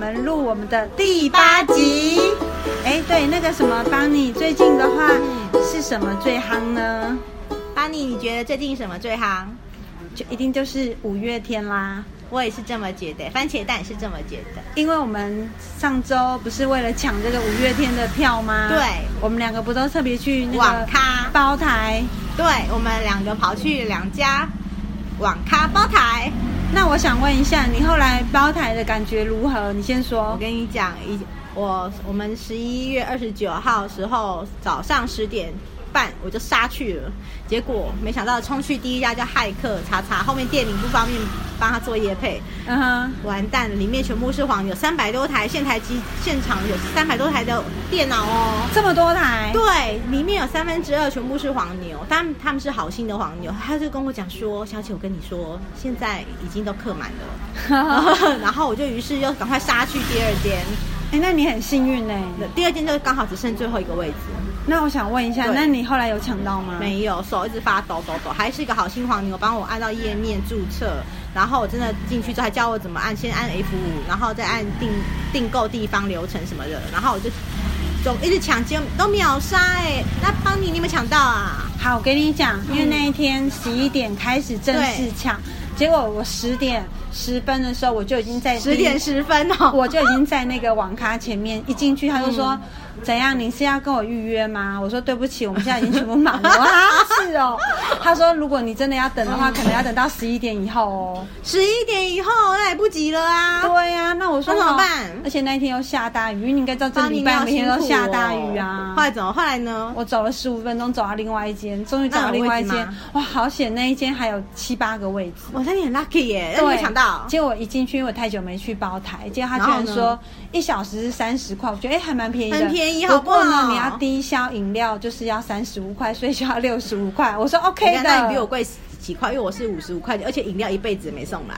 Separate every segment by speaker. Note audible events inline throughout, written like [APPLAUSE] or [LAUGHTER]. Speaker 1: 们的第八集。哎，对，那个什么，邦尼，最近的话是什么最夯呢？
Speaker 2: 巴尼，你觉得最近什么最夯？
Speaker 1: 就一定就是五月天啦。
Speaker 2: 我也是这么觉得，番茄蛋也是这么觉得。
Speaker 1: 因为我们上周不是为了抢这个五月天的票吗？
Speaker 2: 对
Speaker 1: 我们两个不都特别去那个
Speaker 2: 网咖
Speaker 1: 包台？
Speaker 2: 对我们两个跑去两家网咖包台，
Speaker 1: 那我想问一下，你后来包台的感觉如何？你先
Speaker 2: 我
Speaker 1: 说。
Speaker 2: 跟你讲，一我我们十一月二十九号时候早上十点半我就杀去了，结果没想到冲去第一家叫骇客叉叉，后面店名不方便帮他做业配，
Speaker 1: 嗯哼，
Speaker 2: 完蛋了，里面全部是黄牛，三百多台现台机现场有三百多台的电脑哦。
Speaker 1: 这么多台，
Speaker 2: 对，里面有三分之二全部是黄牛，但他们是好心的黄牛，他就跟我讲说：“小姐，我跟你说，现在已经都客满了。” [LAUGHS] 然后我就于是又赶快杀去第二间，
Speaker 1: 哎，那你很幸运呢、
Speaker 2: 第二间就刚好只剩最后一个位置，
Speaker 1: 那我想问一下，
Speaker 2: 对
Speaker 1: 那你后来有抢到吗？
Speaker 2: 没有，手一直发抖抖抖，还是一个好心黄牛帮我按到页面注册，然后我真的进去之后还教我怎么按，先按 F 五，然后再按订订购地方流程什么的，然后我就总一直抢，结果都秒杀哎、那邦尼你有没有抢到啊？
Speaker 1: 好，我跟你讲，因为那一
Speaker 2: 嗯
Speaker 1: 天十一点开始正式抢，结果我十点十分的时候我就已经在
Speaker 2: 十点十分哦，
Speaker 1: 我就已经在那个网咖前面，一进去他就
Speaker 2: 嗯
Speaker 1: 说：“怎样？你是要跟我预约吗？”我说：“对不起，我们现在已经全部满
Speaker 2: [LAUGHS]
Speaker 1: 了。”我说啊，是哦。他说：“如果你真的要等
Speaker 2: 嗯
Speaker 1: 的话，可能要等到十一点以后哦。
Speaker 2: 十一点以后来不及了”啊。
Speaker 1: 对呀、那我说
Speaker 2: 那怎么办
Speaker 1: 而且那一天又下大雨，你应该知道这
Speaker 2: 帮
Speaker 1: 礼
Speaker 2: 你
Speaker 1: 拜
Speaker 2: 要
Speaker 1: 每天都
Speaker 2: 辛苦
Speaker 1: 下
Speaker 2: 哦
Speaker 1: 大雨啊。
Speaker 2: 后来怎么？后来呢？
Speaker 1: 我走了十五分钟，走到另外一间，终于找到
Speaker 2: 那有
Speaker 1: 另
Speaker 2: 位置
Speaker 1: 外一间
Speaker 2: 吗。
Speaker 1: 哇，好险！那一间还有七八个位置。
Speaker 2: 我那你很 lucky 耶，那你没抢到。
Speaker 1: 结果我一进去，因为我太久没去包台，结果他居
Speaker 2: 然后
Speaker 1: 然
Speaker 2: 呢
Speaker 1: 说一小时是三十块，我觉得哎、还蛮便宜的，
Speaker 2: 很便宜
Speaker 1: 不
Speaker 2: 好不好
Speaker 1: 过呢，你要低消饮料就是要三十五块，所以就要六十五块。我说
Speaker 2: 你
Speaker 1: OK
Speaker 2: 看那
Speaker 1: 的，
Speaker 2: 你比我贵几块，因为我是五十五块钱，而且饮料一辈子也没送来。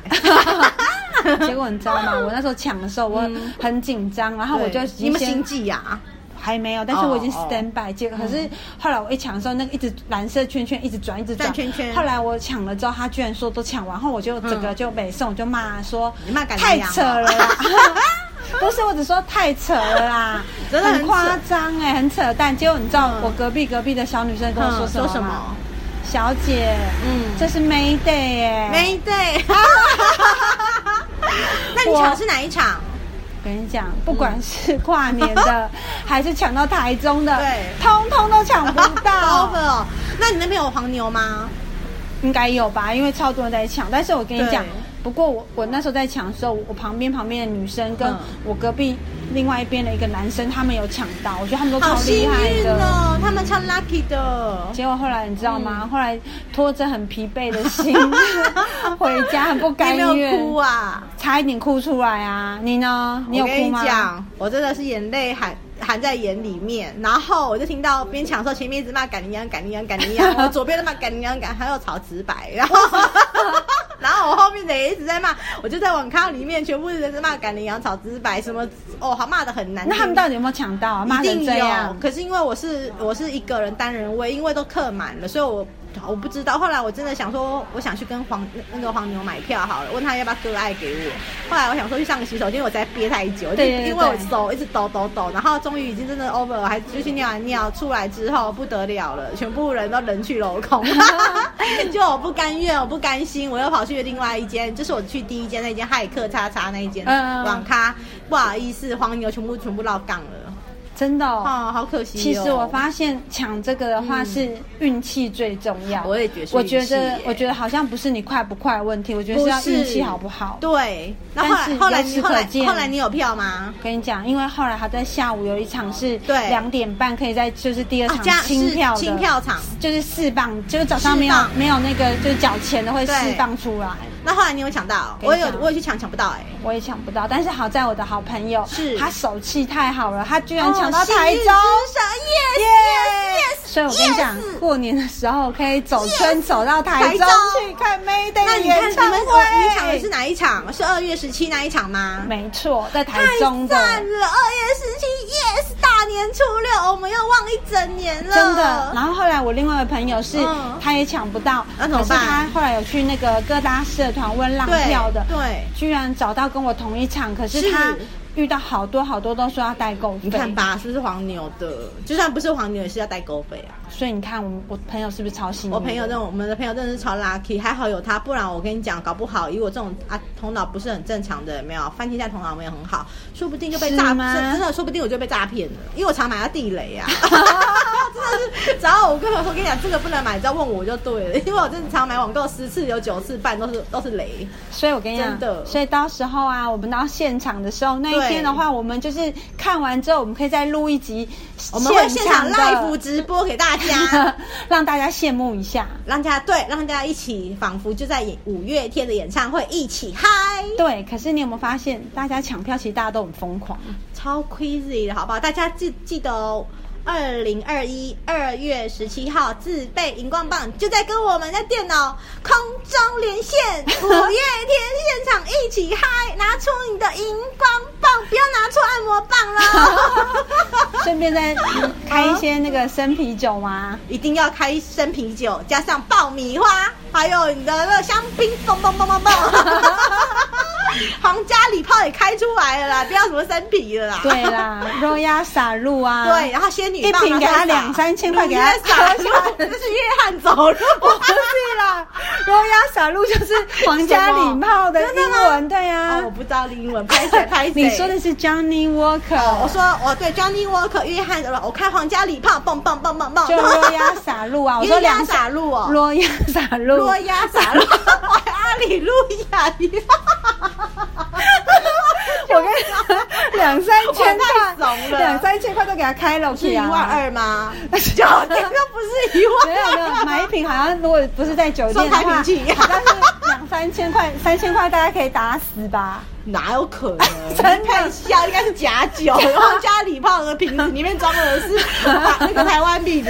Speaker 1: [LAUGHS] [LAUGHS]
Speaker 2: [LAUGHS]
Speaker 1: 结果你知道吗？我那时候抢的时候我
Speaker 2: 嗯
Speaker 1: 很紧张，然啊后我就已
Speaker 2: 你
Speaker 1: 经
Speaker 2: 们
Speaker 1: 先
Speaker 2: 心悸呀？
Speaker 1: 还没有，但是我已经
Speaker 2: 哦哦
Speaker 1: stand by 结果，可是后来我一抢的时候，那个一直蓝色圈圈一直转，一直转
Speaker 2: 转圈圈
Speaker 1: 后来我抢了之后，他居然说都抢完后，我就整个
Speaker 2: 嗯
Speaker 1: 就没送，我就骂说
Speaker 2: 你骂赶
Speaker 1: 太
Speaker 2: 羊啊
Speaker 1: 扯了
Speaker 2: [LAUGHS]
Speaker 1: 啦。不是，我只说太扯了啦，
Speaker 2: 真的很扯
Speaker 1: 夸张哎，很扯淡。结果你知道
Speaker 2: 嗯
Speaker 1: 我隔壁隔壁的小女生跟我说
Speaker 2: 嗯
Speaker 1: 什么啊吗？
Speaker 2: 说什么
Speaker 1: 小姐，
Speaker 2: 嗯
Speaker 1: 这是 May Day 哎、
Speaker 2: 没对。 [LAUGHS] 那你抢的是哪一场？
Speaker 1: 我跟你讲，不管是跨年的，还是抢到台中的，
Speaker 2: 嗯 [LAUGHS] 对
Speaker 1: 通通都抢不
Speaker 2: [LAUGHS]
Speaker 1: 到
Speaker 2: over 哦。那你那边有黄牛吗？
Speaker 1: 应该有吧，因为超多人在抢。但是我跟你讲
Speaker 2: 对，
Speaker 1: 不过我我那时候在抢的时候，我旁边旁边的女生跟
Speaker 2: 嗯
Speaker 1: 我隔壁另外一边的一个男生，他们有抢到，我觉得他们都超
Speaker 2: 好
Speaker 1: 厉
Speaker 2: 幸
Speaker 1: 害
Speaker 2: 运
Speaker 1: 的。
Speaker 2: 哦，嗯他们超 lucky 的。
Speaker 1: 结果后来你知道吗？后来拖着很疲惫的
Speaker 2: [LAUGHS]
Speaker 1: 心回家，很不甘
Speaker 2: 你有没有
Speaker 1: 愿，
Speaker 2: 哭啊？
Speaker 1: 差一点哭出来啊！你呢？你有
Speaker 2: 我跟
Speaker 1: 哭
Speaker 2: 你
Speaker 1: 吗？
Speaker 2: 讲，我真的是眼泪含含在眼里面，然后我就听到边抢的时候，前面一直骂赶羚羊、赶羚羊、赶
Speaker 1: [LAUGHS]
Speaker 2: 羚羊，我左边在骂赶羚羊、赶，啊还有草直白，然后 [LAUGHS] 然后我后面的也一直在骂，我就在网咖里面全部人在骂赶羚羊、草直白什么，哦，好骂的很难听。
Speaker 1: 那他们到底有没有抢到啊？骂
Speaker 2: 一
Speaker 1: 成
Speaker 2: 定
Speaker 1: 这
Speaker 2: 有
Speaker 1: 样，，
Speaker 2: 可是因为我是我是一个人单人位，因为都客满了，所以我我不知道。后来我真的想说，我想去跟黄那个黄牛买票好了，问他要不要割爱给我。后来我想说去上个洗手间，我实在憋太久，就
Speaker 1: 对对对
Speaker 2: 因为我手一直抖抖抖，然后终于已经真的 over 了，还就去尿完尿出来之后不得了了，全部人都人去楼
Speaker 1: [LAUGHS]
Speaker 2: 空，就我不甘愿，我不甘心，我又跑去了另外一间，就是我去第一间那间骇客叉叉那一间
Speaker 1: 嗯嗯嗯
Speaker 2: 网咖，不好意思，黄牛全部全部落杠了。
Speaker 1: 真的哦。
Speaker 2: 哦，好可惜、哦。
Speaker 1: 其实我发现抢这个的话是运气最重要。
Speaker 2: 嗯我也觉得是
Speaker 1: 我觉
Speaker 2: 运
Speaker 1: 得
Speaker 2: 气耶
Speaker 1: 我觉得好像不是你快不快的问题，我觉得
Speaker 2: 不
Speaker 1: 是要
Speaker 2: 是
Speaker 1: 运气好不好。
Speaker 2: 对，那后
Speaker 1: 但
Speaker 2: 来
Speaker 1: 是
Speaker 2: 后来
Speaker 1: 由
Speaker 2: 你
Speaker 1: 此
Speaker 2: 后来
Speaker 1: 可见
Speaker 2: 后来你有票吗？
Speaker 1: 我跟你讲，因为后来他在下午有一场是
Speaker 2: 对
Speaker 1: 两点半可以在就是第二
Speaker 2: 啊，
Speaker 1: 场
Speaker 2: 加
Speaker 1: 清
Speaker 2: 是
Speaker 1: 票的
Speaker 2: 清票场。
Speaker 1: 就是释放，就是早上没有
Speaker 2: 释放
Speaker 1: 没有那个就是缴钱的会释
Speaker 2: 对
Speaker 1: 放出来。
Speaker 2: 那后来你有抢到？
Speaker 1: 跟
Speaker 2: 我
Speaker 1: 你
Speaker 2: 有
Speaker 1: 讲
Speaker 2: 我有去抢，抢不到哎、
Speaker 1: 我也抢不到，但是好在我的好朋友
Speaker 2: 是
Speaker 1: 他手气太好了，他居然
Speaker 2: 哦
Speaker 1: 抢到
Speaker 2: 幸
Speaker 1: 台
Speaker 2: 运
Speaker 1: 中
Speaker 2: 之。神 yes yes yes。
Speaker 1: 所以我跟你讲
Speaker 2: Yes
Speaker 1: 过年的时候可以走村走到台中
Speaker 2: 台中
Speaker 1: 去看 Mayday
Speaker 2: 那你看
Speaker 1: 演
Speaker 2: 你
Speaker 1: 唱
Speaker 2: 们你抢
Speaker 1: 会。
Speaker 2: 的是哪一场？是二月十七那一场吗？
Speaker 1: 没错，在台
Speaker 2: 太
Speaker 1: 中的，
Speaker 2: 赞了！二月十七，yes，大年初六，我们要忘一整年了。
Speaker 1: 真的。然后后来我另外一个朋友是，
Speaker 2: 嗯
Speaker 1: 他也抢不到，
Speaker 2: 那怎
Speaker 1: 可
Speaker 2: 么
Speaker 1: 是
Speaker 2: 办
Speaker 1: 他后来有去那个各大社团问浪
Speaker 2: 对
Speaker 1: 票的，
Speaker 2: 对，
Speaker 1: 居然找到跟我同一场，可是他
Speaker 2: 是。
Speaker 1: 遇到好多好多都说要代购费，
Speaker 2: 你看，吧，是不是黄牛的？就算不是黄牛，也是要代购费啊。
Speaker 1: 所以你看我我朋友是不是超幸运？
Speaker 2: 我朋友那种，我们的朋友真的是超 lucky，还好有他，不然我跟你讲，搞不好以我这种啊头脑不是很正常的人，没有番茄酱头脑没有很好，说不定就被诈
Speaker 1: 是吗
Speaker 2: 真真的，说不定我就被诈骗了，因为我常买到地雷啊， [LAUGHS] 真的是。只要我跟我说，跟你讲这个不能买，你只要问我就对了，因为我真的常买网购十次有九次半都是都是雷。
Speaker 1: 所以我跟你讲
Speaker 2: 真，的
Speaker 1: 所以到时候啊，我们到现场的时候，那一天的话，我们就是看完之后，我们可以再录一集，
Speaker 2: 我们会现场
Speaker 1: 的
Speaker 2: live 直播给大家。
Speaker 1: [LAUGHS] 让大家羡慕一下。
Speaker 2: 让大家对，让大家一起，仿佛就在演五月天的演唱会一起嗨，
Speaker 1: 对，可是你有没有发现，大家抢票其实大家都很疯狂，
Speaker 2: 超 crazy 的好不好？大家记记得哦，二零二一二月十七号自备荧光棒，就在跟我们的电脑空中连线，五月天现场一起嗨，拿出你的荧光棒，不要拿出按摩棒了。 [LAUGHS]
Speaker 1: 顺便再嗯开一些那个生啤酒啊
Speaker 2: [LAUGHS]
Speaker 1: 嘛。
Speaker 2: 一定要开生啤酒，加上爆米花，还有你的那香槟，嘣嘣嘣嘣
Speaker 1: [LAUGHS]
Speaker 2: 嘣，皇家礼炮也开出来了啦，不要什么生啤了啦。
Speaker 1: 对啦，肉鸭撒露啊，
Speaker 2: 对，，然后仙女棒
Speaker 1: 一瓶给他
Speaker 2: 然后再撒
Speaker 1: 两三千块给他
Speaker 2: 直接撒出来这是约翰走路。
Speaker 1: [LAUGHS] 不是啦，肉鸭撒露就是皇家礼炮的
Speaker 2: 什么真
Speaker 1: 英
Speaker 2: 的吗
Speaker 1: 文，对啊
Speaker 2: 哦，我。不知道英文，拍谁拍谁。
Speaker 1: 你说的是 Johnny Walker，、
Speaker 2: 哦，我说哦，对，Johnny Walker 约翰，我开皇家礼炮，蹦蹦蹦蹦蹦，
Speaker 1: 就罗亚撒路啊，我
Speaker 2: [LAUGHS]
Speaker 1: 说
Speaker 2: 约
Speaker 1: 两
Speaker 2: 翰撒路哦，
Speaker 1: 罗亚撒路，
Speaker 2: 洛亚撒路， [LAUGHS] 阿里路亚 [LAUGHS] 一样。
Speaker 1: 我跟你说两三千
Speaker 2: 我太
Speaker 1: 块
Speaker 2: 怂，了
Speaker 1: 两三千块都给他开了，啊
Speaker 2: 是一万，二 [LAUGHS] 吗？酒店都不是一
Speaker 1: 没
Speaker 2: 万
Speaker 1: 有没有，买一瓶好像如果不是在酒店的
Speaker 2: 送
Speaker 1: 话，
Speaker 2: 太平去
Speaker 1: 好像是两三千块，三千块大家可以打死吧。
Speaker 2: 哪有可能？
Speaker 1: 真的
Speaker 2: 你看一下，应该是假 [LAUGHS] 酒，然后家里泡的瓶子里面装的 [LAUGHS] 是那个台湾秘鲁。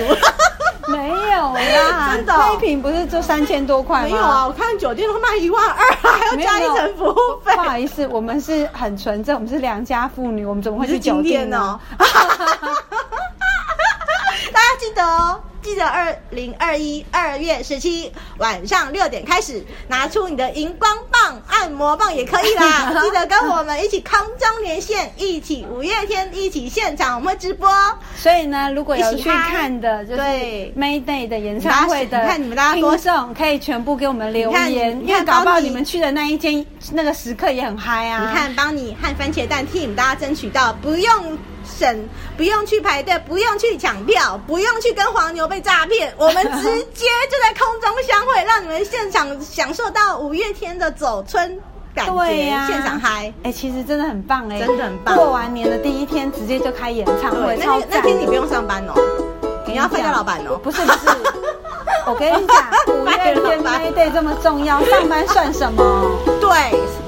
Speaker 1: 没有啦，
Speaker 2: 真的哦
Speaker 1: 那一瓶不是就三千多块吗？
Speaker 2: [LAUGHS] 没有啊，，我看酒店都卖一万二，还要加一层服务费
Speaker 1: 不。好意思，我们是很纯正，我们是良家妇女，我们怎么会
Speaker 2: 你
Speaker 1: 去
Speaker 2: 是
Speaker 1: 酒
Speaker 2: 酒
Speaker 1: 店啊
Speaker 2: 店
Speaker 1: 呢
Speaker 2: 哦？。 [LAUGHS] 大家记得哦，记得二零二一二月十七晚上六点开始，拿出你的荧光棒、按摩棒也可
Speaker 1: [LAUGHS]
Speaker 2: 以啦。记得跟我们一起空中连线，一起五月天，一起现场，我们会直播。哦
Speaker 1: 所以呢，如果有去看的，
Speaker 2: 一
Speaker 1: 就
Speaker 2: 起
Speaker 1: 是
Speaker 2: 嗨
Speaker 1: Mayday 的演唱会的，
Speaker 2: 你看你们大家多
Speaker 1: 听众可以全部给我们留言，
Speaker 2: 你看你
Speaker 1: 因为
Speaker 2: 看
Speaker 1: 搞不好
Speaker 2: 帮你
Speaker 1: 你们去的那一间那个时刻也很嗨啊。
Speaker 2: 你，看，帮你和番茄蛋替你们大家争取到，不用审，不用去排队，不用去抢票，不用去跟黄牛被
Speaker 1: [LAUGHS]
Speaker 2: 诈骗，我们直接就在空中相会，让你们现场享受到五月天的走春感觉，
Speaker 1: 对呀、
Speaker 2: 现场嗨。
Speaker 1: 哎、其实真的很棒哎、
Speaker 2: 真的很棒
Speaker 1: 过完年的第一天直接就开演唱会
Speaker 2: 对，，
Speaker 1: 超
Speaker 2: 那
Speaker 1: 赞
Speaker 2: 天那天你不用上班哦，
Speaker 1: 跟
Speaker 2: 你
Speaker 1: 讲
Speaker 2: 要放掉老板哦。
Speaker 1: 啊不是不是，
Speaker 2: [LAUGHS]
Speaker 1: 我跟你讲，五月天 Mayday 这么重要，上班算什么？
Speaker 2: 对，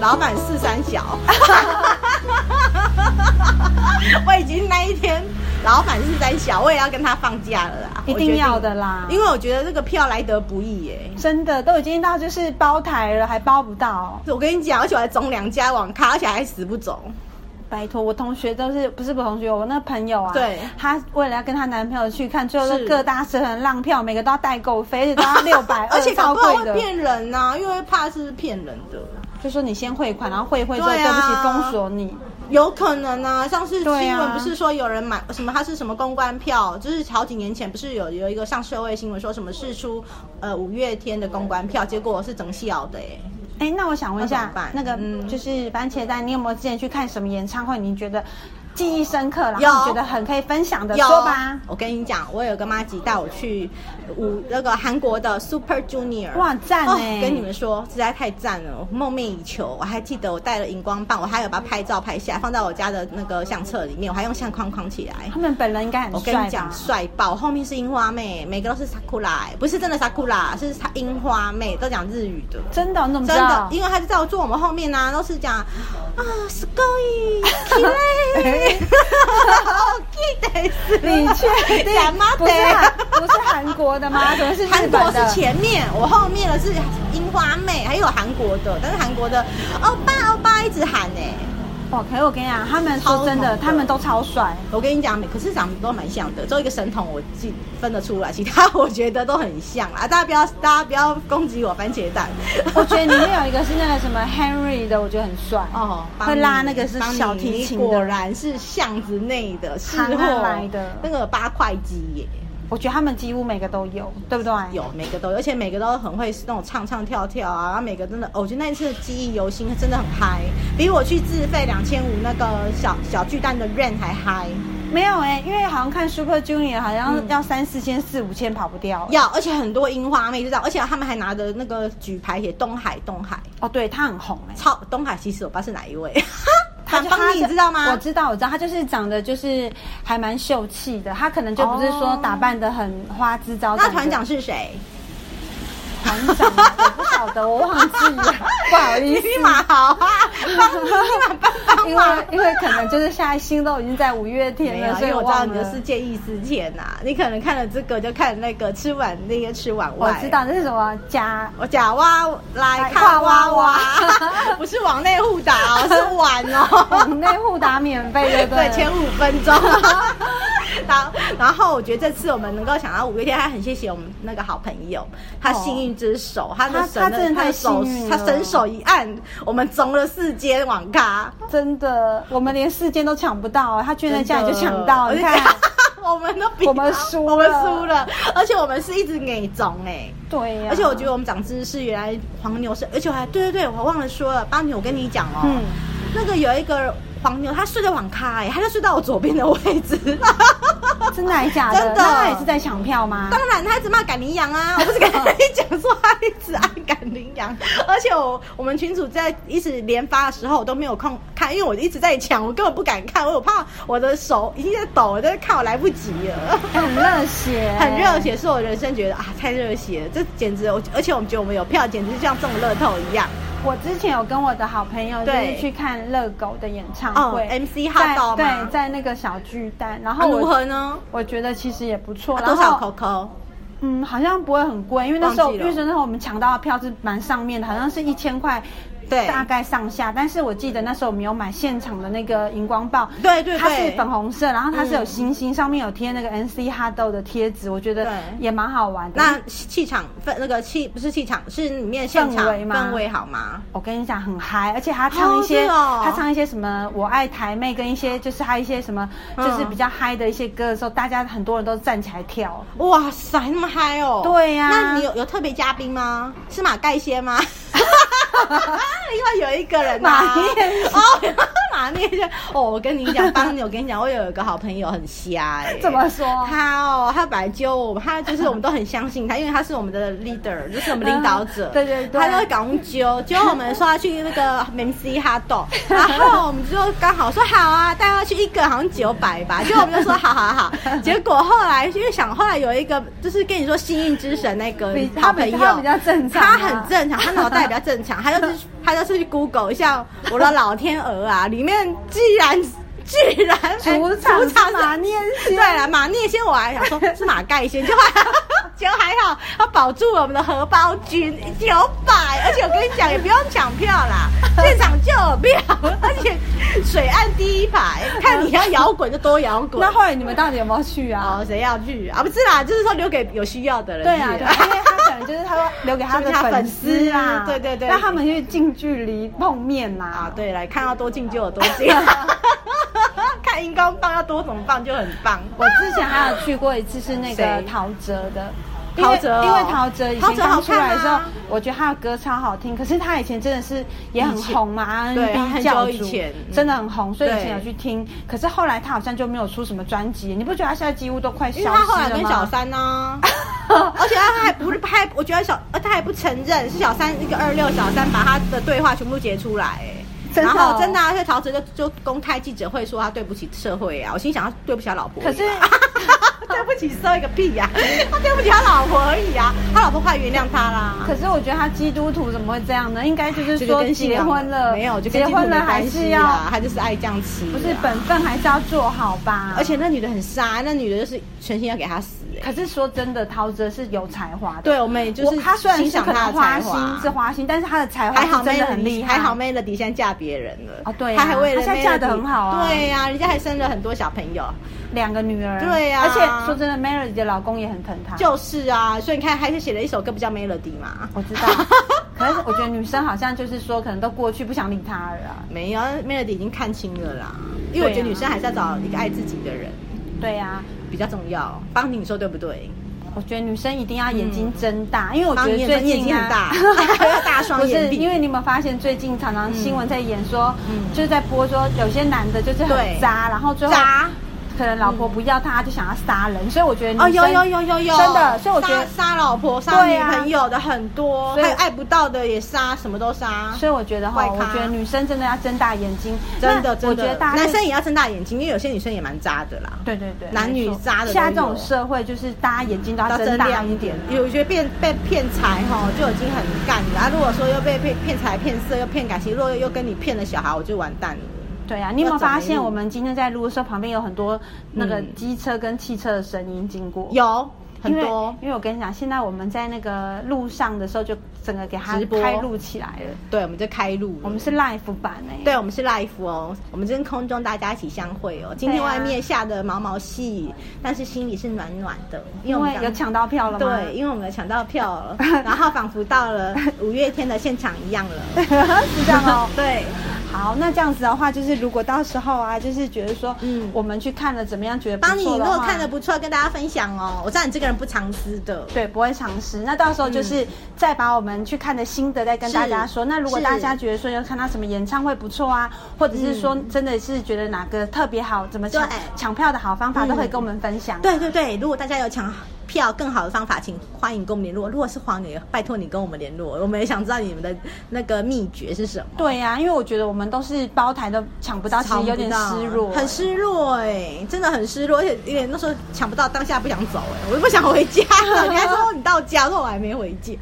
Speaker 2: 老板是三小。 [LAUGHS] 我已经那一天，老板是三小，我也要跟他放假了啦。
Speaker 1: 一
Speaker 2: 我决
Speaker 1: 定
Speaker 2: 定
Speaker 1: 要的啦，
Speaker 2: 因为我觉得这个票来得不易耶、
Speaker 1: 真的都已经到就是包台了，还包不到。
Speaker 2: 我跟你讲，而且我还中两家网咖，而且还死不走。
Speaker 1: 拜托，我同学都是不是我同学，我那朋友啊，
Speaker 2: 对
Speaker 1: 她为了要跟她男朋友去看，最后都
Speaker 2: 是
Speaker 1: 各大社团浪票，每个都要代购费，而且都要六百，
Speaker 2: [LAUGHS] 而且搞
Speaker 1: 超
Speaker 2: 不好
Speaker 1: 贵的
Speaker 2: 会。骗人呐、因为怕是骗人的，
Speaker 1: 就说你先汇款，然后汇一汇之后，
Speaker 2: 对
Speaker 1: 对不
Speaker 2: 啊
Speaker 1: 起，封锁你。
Speaker 2: 有可能啊。上次
Speaker 1: 对啊
Speaker 2: 新闻不是说有人买什么，他是什么公关票，就是好几年前不是有有一个上社会新闻说什么试出呃五月天的公关票，结果是整笑的哎、
Speaker 1: 哎，那我想问一
Speaker 2: 那怎
Speaker 1: 下
Speaker 2: 么办，
Speaker 1: 那个
Speaker 2: 嗯
Speaker 1: 就是番茄蛋，你有没有之前去看什么演唱会？你觉得记忆深刻，然后你
Speaker 2: 有
Speaker 1: 觉得很可以分享的，
Speaker 2: 有啊
Speaker 1: 说吧。
Speaker 2: 我跟你讲，我有个妈吉带我去呃五那个韩国的 Super Junior，
Speaker 1: 哇赞
Speaker 2: 哦
Speaker 1: 欸
Speaker 2: 跟你们说，实在太赞了，我梦寐以求。我还记得我带了荧光棒，我还有把它拍照拍下来，放到我家的那个相册里面，我还用相框框起来。
Speaker 1: 他们本人应该很
Speaker 2: 我
Speaker 1: 帅
Speaker 2: 跟
Speaker 1: 吧？
Speaker 2: 你讲，帅爆！后面是樱花妹，每个都是 sakura，欸不是真的 sakura，是樱花妹，都讲日语的。
Speaker 1: 真的，你怎么
Speaker 2: 真
Speaker 1: 知
Speaker 2: 的
Speaker 1: 道，？
Speaker 2: 因为他就在我坐我们后面啊，都是讲啊，すごい綺
Speaker 1: [LAUGHS]
Speaker 2: 麗，大きいです。
Speaker 1: 你确
Speaker 2: [LAUGHS]
Speaker 1: 定
Speaker 2: 干嘛
Speaker 1: 不是韩不是韩国的
Speaker 2: [LAUGHS]
Speaker 1: 吗？怎么是
Speaker 2: 韩
Speaker 1: 日
Speaker 2: 国
Speaker 1: 本
Speaker 2: 是
Speaker 1: 的？
Speaker 2: 前面，我后面的是樱花妹，还有韩国的，但是韩国的欧巴欧巴一直喊呢、欸
Speaker 1: 哇！哦可是我跟你讲，他们说真
Speaker 2: 超
Speaker 1: 的，
Speaker 2: 猛的
Speaker 1: 他们都超帅。
Speaker 2: 我跟你讲，每可是长得都蛮像的，只有一个神童我自己分得出来，其他我觉得都很像啦。大 [LAUGHS] 家不要，大家不要攻击我番茄蛋。
Speaker 1: 我觉得里面有一个是那个什么 Henry 的，我觉得很帅。
Speaker 2: 哦，
Speaker 1: 会拉那个是
Speaker 2: 帮你
Speaker 1: 小提琴
Speaker 2: 你
Speaker 1: 的
Speaker 2: 果然是巷子内的，是
Speaker 1: 行
Speaker 2: 货
Speaker 1: 来的
Speaker 2: 那个八块鸡耶，
Speaker 1: 我觉得他们几乎每个都有，对不对？
Speaker 2: 有每个都有，而且每个都很会那种唱唱跳跳啊，然后每个真的，哦我觉得那一次的记忆犹新，真的很嗨，比我去自费两千五那个小小巨蛋的 Rain 还嗨。
Speaker 1: 没有哎、因为好像看 Super Junior 好像
Speaker 2: 嗯
Speaker 1: 要三四千、四五千跑不掉。
Speaker 2: 要，而且很多樱花妹知道，而且他们还拿着那个举牌写东海东海，
Speaker 1: 哦，对他很红哎、
Speaker 2: 超东海其实我不知道是哪一位，
Speaker 1: 他
Speaker 2: [LAUGHS] 他
Speaker 1: 就
Speaker 2: 帮你
Speaker 1: 他
Speaker 2: 知道吗？
Speaker 1: 我知道，我知道，他就是长得就是还蛮秀气的，他可能就不是说
Speaker 2: 哦
Speaker 1: 打扮的很花枝招展。
Speaker 2: 那团长，是谁？
Speaker 1: 团长，啊我不晓得，我忘记
Speaker 2: [LAUGHS]
Speaker 1: 了，不好意思
Speaker 2: 尼。玛好啊，帮你尼玛帮帮
Speaker 1: 因为
Speaker 2: 忙。
Speaker 1: 因为可能就是现在心都已经在五月天
Speaker 2: 没有啊
Speaker 1: 了，，
Speaker 2: 因
Speaker 1: 所以
Speaker 2: 为我知道
Speaker 1: 忘
Speaker 2: 你
Speaker 1: 了
Speaker 2: 就是见异思迁呐、你可能看了这个就看那个吃碗那个吃碗
Speaker 1: 我
Speaker 2: 外，
Speaker 1: 知道这是什么假
Speaker 2: 我假蛙
Speaker 1: 来
Speaker 2: 来看
Speaker 1: 看蛙
Speaker 2: 蛙蛙
Speaker 1: 蛙，
Speaker 2: [LAUGHS] 不是往内互打哦，是碗哦。
Speaker 1: 往内互打免费，对不对？[LAUGHS]
Speaker 2: 对，前五分钟。 [LAUGHS] 然然后我觉得这次我们能够想到五月天，还很谢谢我们那个好朋友，他
Speaker 1: 哦
Speaker 2: 幸运之手，他的
Speaker 1: 他
Speaker 2: 神
Speaker 1: 他真的
Speaker 2: 他的
Speaker 1: 太
Speaker 2: 手
Speaker 1: 幸，运
Speaker 2: 他
Speaker 1: 了
Speaker 2: 神手一按，我们中了四间网咖，
Speaker 1: 真的，我们连四件都抢不到，他居然在家里就抢到， [LAUGHS]
Speaker 2: 真
Speaker 1: 你
Speaker 2: 的。
Speaker 1: 看，
Speaker 2: [LAUGHS] 我们都比
Speaker 1: 我们输
Speaker 2: 我们
Speaker 1: 了
Speaker 2: 输了，而且我们是一直给中哎、
Speaker 1: 对啊呀、
Speaker 2: 而且我觉得我们长知识，原来黄牛是，而且我还对对对，我忘了说了，巴尼，我跟你讲哦，
Speaker 1: 嗯
Speaker 2: 那个有一个黄牛，他睡在网咖哎、他就睡到我左边的位置。
Speaker 1: 真的还是假的？
Speaker 2: 真的
Speaker 1: 那他也是在抢票吗？
Speaker 2: 当然，他一直骂赶羚羊啊！ [LAUGHS] 我不是跟你讲说他一直爱赶羚
Speaker 1: [LAUGHS]
Speaker 2: 羊，而且我我们群主在一直连发的时候，我都没有空看，因为我一直在抢，我根本不敢看，我有怕我的手已经在抖，我在看我来不及了。
Speaker 1: 他很热血，
Speaker 2: 很热。血，是我人生觉得啊太热血了，这简直我，而且我们觉得我们有票，简直就像中乐透一样。
Speaker 1: 我之前有跟我的好朋友就是
Speaker 2: 对
Speaker 1: 去看热狗的演唱会、
Speaker 2: 哦，MC 浩道
Speaker 1: 在
Speaker 2: 吗
Speaker 1: 对，在那个小巨蛋，然
Speaker 2: 啊、
Speaker 1: 后我、
Speaker 2: 如何呢？
Speaker 1: 我觉得其实也不错，
Speaker 2: 啊
Speaker 1: 然后
Speaker 2: 多少扣扣？
Speaker 1: 嗯，好像不会很贵，因为那时候
Speaker 2: 忘记
Speaker 1: 因
Speaker 2: 了嗯
Speaker 1: 为那时候我们抢到的票是蛮上面的，好像是一千块。
Speaker 2: 对
Speaker 1: 大概上下，但是我记得那时候我们有买现场的那个荧光棒，
Speaker 2: 对对对
Speaker 1: 它是粉红色，然后它是有
Speaker 2: 嗯
Speaker 1: 星星，上面有贴那个 NC 哈豆的贴纸，我觉得
Speaker 2: 对
Speaker 1: 也蛮好玩的。
Speaker 2: 那气场氛那个气不是气场，是里面现场
Speaker 1: 氛围吗
Speaker 2: 氛围好吗？
Speaker 1: 我跟你讲很嗨，而且他唱一些，
Speaker 2: 哦是哦
Speaker 1: 他唱一些什么我爱台妹跟一些就是他一些什么就是
Speaker 2: 嗯
Speaker 1: 比较嗨的一些歌的时候，大家很多人都站起来跳。
Speaker 2: 哇塞，那么嗨哦！
Speaker 1: 对呀
Speaker 2: 那你有有特别嘉宾吗？是马盖
Speaker 1: [LAUGHS]
Speaker 2: 先吗？因为有一个人、
Speaker 1: 马
Speaker 2: 啊、
Speaker 1: 念先
Speaker 2: 哦， [LAUGHS] 马念先哦，我跟你讲，帮你，我跟你讲，我有一个好朋友很瞎哎、
Speaker 1: [LAUGHS] 怎么说
Speaker 2: 他哦，他本来就我们，他就是我们都很相信他，因为他是我们的 leader，就是我们领导者。
Speaker 1: 嗯 [LAUGHS] 对对对
Speaker 2: 他就会搞
Speaker 1: [LAUGHS]
Speaker 2: 揪揪我们说要去那个 MC 哈豆，然后我们就刚好说好啊，带他去一个好像九百
Speaker 1: [LAUGHS]
Speaker 2: 吧，结果我们就说好好好，结果后来因为想后来有一个就是跟你说幸运之神那个
Speaker 1: 比
Speaker 2: 好
Speaker 1: 他
Speaker 2: 朋
Speaker 1: 比
Speaker 2: 友，
Speaker 1: 他比较正常啊
Speaker 2: 他很正常，他脑袋比较正
Speaker 1: [LAUGHS]
Speaker 2: 常，他就是他就是去 Google 一下我的老天鹅啊，里面居然。居然
Speaker 1: 主
Speaker 2: 哎
Speaker 1: 场
Speaker 2: 主场
Speaker 1: 是马念啊先
Speaker 2: 对了，马念先我还想说是马盖先，就还就还好，他保住了我们的荷包君九百，而且我跟你讲也不用抢票啦， [LAUGHS] 现场就有票，而且水岸第一排，看你要摇滚就多摇 [LAUGHS] 滚。
Speaker 1: 那后来你们到底有没有去啊？
Speaker 2: 哦，谁要去啊？不是啦，就是说留给有需要的人
Speaker 1: 对啊，
Speaker 2: 去
Speaker 1: 对啊，因为他可能就是他会留给 [LAUGHS] 他的粉丝啊，
Speaker 2: [LAUGHS] 就是他粉丝对对对
Speaker 1: 让他们去近距离碰面呐、
Speaker 2: 啊，对来看到多近就有多 [LAUGHS] 近，看荧光棒要多怎么棒就很棒。
Speaker 1: 我之前还有去过一次，是那个
Speaker 2: 谁
Speaker 1: 陶喆的。因为
Speaker 2: 陶喆哦
Speaker 1: 因为陶喆以
Speaker 2: 陶
Speaker 1: 前
Speaker 2: 喆好
Speaker 1: 刚出来的时候，
Speaker 2: 看啊
Speaker 1: 我觉得他的歌超好听。可是他以前真的是也很红嘛
Speaker 2: 对他
Speaker 1: ，R&B
Speaker 2: 很
Speaker 1: 教
Speaker 2: 久以
Speaker 1: 主
Speaker 2: 前嗯
Speaker 1: 真的很红，所以以前
Speaker 2: 对
Speaker 1: 有去听。可是后来他好像就没有出什么专辑，你不觉得他现在几乎都快消
Speaker 2: 因
Speaker 1: 失
Speaker 2: 为
Speaker 1: 了吗？
Speaker 2: 他后来跟小三呢、而且他还不是还，我觉得小，呃他还不承认是小三一个二六小三把他的对话全部截出来、哎
Speaker 1: 真的哦
Speaker 2: 然后真的、啊，而且陶喆就就公开记者会说他对不起社会啊，我心想他对不起他老婆
Speaker 1: 可
Speaker 2: 而已
Speaker 1: 是
Speaker 2: 吧， [LAUGHS] 对不起社会个屁呀、他对不起他老婆而已啊，他老婆快原谅他啦。
Speaker 1: 可是我觉得他基督徒怎么啊会这样呢？应该就是
Speaker 2: 这
Speaker 1: 说
Speaker 2: 跟信
Speaker 1: 结
Speaker 2: 仰
Speaker 1: 婚了，
Speaker 2: 没有就跟
Speaker 1: 结
Speaker 2: 基督徒
Speaker 1: 婚
Speaker 2: 没
Speaker 1: 了还是
Speaker 2: 关系
Speaker 1: 要
Speaker 2: 啦，他就是爱这样吃、啊
Speaker 1: 不是本分还是要做好吧？
Speaker 2: 而且那女的很傻，那女的就是全心要给他死、哎、
Speaker 1: 可是说真的，陶喆是有才华的。
Speaker 2: 对，我们也就
Speaker 1: 我
Speaker 2: 是
Speaker 1: 他虽然
Speaker 2: 欣
Speaker 1: 是
Speaker 2: 赏
Speaker 1: 可
Speaker 2: 他
Speaker 1: 能
Speaker 2: 的才
Speaker 1: 花
Speaker 2: 华
Speaker 1: 心，是花心，但是他的才华
Speaker 2: 还
Speaker 1: 是
Speaker 2: 好
Speaker 1: 真的
Speaker 2: Melody
Speaker 1: 很厉害，
Speaker 2: 还好 Melody 现在嫁别人了
Speaker 1: 哦对啊
Speaker 2: 他还为了
Speaker 1: 她现在嫁得
Speaker 2: Melody-
Speaker 1: 很好啊
Speaker 2: 对呀、人家还生了很多小朋友，
Speaker 1: 两个女儿。
Speaker 2: 对啊
Speaker 1: 而且说真的，Melody 的老公也很疼她。
Speaker 2: 就是啊，所以你看，还是写了一首歌不叫 Melody 嘛，
Speaker 1: 我
Speaker 2: [LAUGHS]
Speaker 1: 知道，可是我觉得女生好像就是说，可能都过去不想理他了啊。
Speaker 2: 没有 Melody 已经看清了啦，因为我觉得女生还是要找一个爱自己的人
Speaker 1: 对呀、
Speaker 2: 比较重要。帮你说对不对？
Speaker 1: 我觉得女生一定要眼睛睁大，因为我觉
Speaker 2: 嗯帮
Speaker 1: 得
Speaker 2: 你
Speaker 1: 最近、啊、
Speaker 2: 眼睛很
Speaker 1: [LAUGHS]
Speaker 2: 大要大双眼
Speaker 1: 不
Speaker 2: 力
Speaker 1: 是，因为你有没有发现最近常常新闻在演说，
Speaker 2: 嗯
Speaker 1: 就是在播说有些男的就是很
Speaker 2: 对
Speaker 1: 渣，然后最后
Speaker 2: 渣
Speaker 1: 可能老婆不要他，他就想要杀人，所以我觉得
Speaker 2: 哦，
Speaker 1: 女生
Speaker 2: 有有有有有，
Speaker 1: 真的，所以我觉得
Speaker 2: 杀。杀老婆、杀
Speaker 1: 对
Speaker 2: 女
Speaker 1: 啊
Speaker 2: 朋友的很多，
Speaker 1: 所以
Speaker 2: 还有爱不到的也杀，什么都杀。
Speaker 1: 所以我觉得哈，
Speaker 2: 怪咖
Speaker 1: 我觉得女生真的要睁大眼睛，
Speaker 2: 真的
Speaker 1: 那
Speaker 2: 真
Speaker 1: 我觉得
Speaker 2: 的，
Speaker 1: 大家
Speaker 2: 男生也要睁大眼睛，因为有些女生也蛮渣的啦。
Speaker 1: 对对对，
Speaker 2: 男女
Speaker 1: 没错
Speaker 2: 渣的都
Speaker 1: 现在这
Speaker 2: 有
Speaker 1: 种社会就是大家眼睛都
Speaker 2: 要
Speaker 1: 要
Speaker 2: 睁
Speaker 1: 睁
Speaker 2: 大
Speaker 1: 大
Speaker 2: 一
Speaker 1: 一
Speaker 2: 点
Speaker 1: 点，，
Speaker 2: 有觉得变被骗财哈，就已经很干了。啊，如果说又被骗骗财骗色又骗感情，如果又跟你骗了小孩，我就完蛋了。
Speaker 1: 对啊，你有没有发
Speaker 2: 要
Speaker 1: 现
Speaker 2: 走
Speaker 1: 我们今天在录的时候，旁边有很多那个
Speaker 2: 嗯
Speaker 1: 机车跟汽车的声音经过？
Speaker 2: 有很
Speaker 1: 因为
Speaker 2: 多，
Speaker 1: 因为我跟你讲，现在我们在那个路上的时候，就整个给它
Speaker 2: 直播
Speaker 1: 开录起来了。
Speaker 2: 对，我们就开路了。
Speaker 1: 我们是 live 版哎、
Speaker 2: 对，我们是 live 哦，我们跟空中大家一起相会哦。今天
Speaker 1: 对啊
Speaker 2: 外面下的毛毛细，但是心里是暖暖的，
Speaker 1: 因
Speaker 2: 我们
Speaker 1: 为
Speaker 2: 刚
Speaker 1: 有抢到票了吗？
Speaker 2: 对，，因为我们有抢到
Speaker 1: [LAUGHS]
Speaker 2: 票了，然后仿佛到了五月天的现场一样
Speaker 1: [LAUGHS]
Speaker 2: 了。
Speaker 1: 是这样哦、
Speaker 2: [LAUGHS] 对，
Speaker 1: 好，那这样子的话，就是如果到时候啊，就是觉得说，
Speaker 2: 嗯
Speaker 1: 嗯，我们去看了怎么样，觉得不
Speaker 2: 帮你
Speaker 1: 错
Speaker 2: 如
Speaker 1: 的话
Speaker 2: 果看的不错，跟大家分享哦。我知道你这个人不藏私的，
Speaker 1: 对，不会尝试。那到时候就是再把我们去看的心得再跟大家说。
Speaker 2: 是
Speaker 1: 那如果
Speaker 2: 是
Speaker 1: 大家觉得说有看到什么演唱会不错啊，或者是说真的是觉得哪个特别好，怎么抢
Speaker 2: 嗯对
Speaker 1: 抢票的好方法，
Speaker 2: 嗯
Speaker 1: 都可以跟我们分享。
Speaker 2: 对对对，如果大家有抢票更好的方法，请欢迎跟我们联络。如果是黄牛，拜托你跟我们联络，我们也想知道你们的那个秘诀是什么。
Speaker 1: 对呀、因为我觉得我们都是包台都抢不到，其
Speaker 2: 抢
Speaker 1: 实
Speaker 2: 不
Speaker 1: 有点
Speaker 2: 到
Speaker 1: 失落，
Speaker 2: 很失落哎、真的很失落，而且有点那时候抢不到，当下不想走哎、我都不想回家了。你还说哦你到家，我说我还没回
Speaker 1: [LAUGHS]
Speaker 2: 家。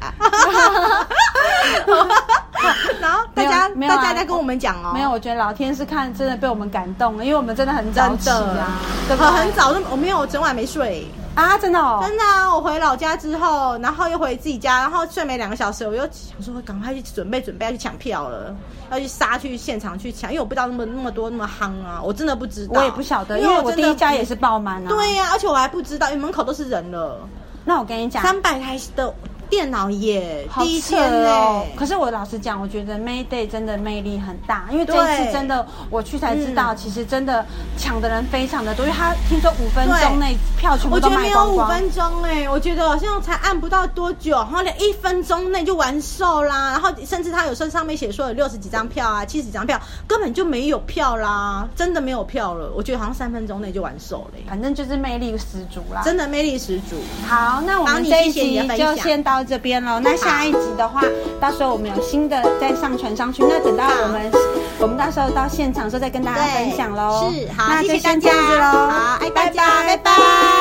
Speaker 2: 然后大家
Speaker 1: 没有没有啊
Speaker 2: 大家在跟我们讲哦、
Speaker 1: 没有，我觉得老天是看真的被我们感动了，因为我们真的很早
Speaker 2: 真
Speaker 1: 起
Speaker 2: 的
Speaker 1: 啊，对
Speaker 2: 我
Speaker 1: 不对？
Speaker 2: 很早就我没有，我整晚没睡。
Speaker 1: 啊，真的哦，
Speaker 2: 真的啊！我回老家之后，然后又回自己家，然后睡没两个小时，我又想说赶快去准备准备要去抢票了，要去杀去现场去抢，因为我不知道那么那么多那么夯啊，我真的不知道，
Speaker 1: 我也不晓得，因为我
Speaker 2: 真
Speaker 1: 第
Speaker 2: 的
Speaker 1: 一家也是爆满啊。，
Speaker 2: 对呀、而且我还不知道，因为门口都是人了，
Speaker 1: 那我跟你讲，
Speaker 2: 啊三百台的电脑耶，
Speaker 1: 好
Speaker 2: 第一
Speaker 1: 扯
Speaker 2: 天
Speaker 1: 哦
Speaker 2: 呢！，
Speaker 1: 可是我老实讲，我觉得 May Day 真的魅力很大，因为这一
Speaker 2: 对
Speaker 1: 次真的我去才知道，
Speaker 2: 嗯
Speaker 1: 其实真的抢的人非常的多，因为他听说五分钟内票全部
Speaker 2: 我
Speaker 1: 都
Speaker 2: 觉得
Speaker 1: 卖
Speaker 2: 没有
Speaker 1: 光
Speaker 2: 五
Speaker 1: 光。
Speaker 2: 分钟哎、我觉得好像才按不到多久，然后连一分钟内就完售啦。然后甚至他有时候上面写说有六十几张票啊，七十几张票，根本就没有票啦，真的没有票了。我觉得好像三分钟内就完售了欸、
Speaker 1: 反正就是魅力十足啦。
Speaker 2: 真的魅力十足。
Speaker 1: 好，那我
Speaker 2: 好
Speaker 1: 们
Speaker 2: 你
Speaker 1: 这一
Speaker 2: 谢谢
Speaker 1: 集
Speaker 2: 你的分享
Speaker 1: 就先到这边喽。那下一集的话，到时候我们有新的再上传上去。那等到我们我们到时候到现场的时候再跟大家
Speaker 2: 对
Speaker 1: 分享喽。
Speaker 2: 是好，
Speaker 1: 那
Speaker 2: 谢
Speaker 1: 就
Speaker 2: 谢大
Speaker 1: 先这
Speaker 2: 家
Speaker 1: 样子喽。
Speaker 2: 好，爱大家，
Speaker 1: 拜
Speaker 2: 拜拜。
Speaker 1: 拜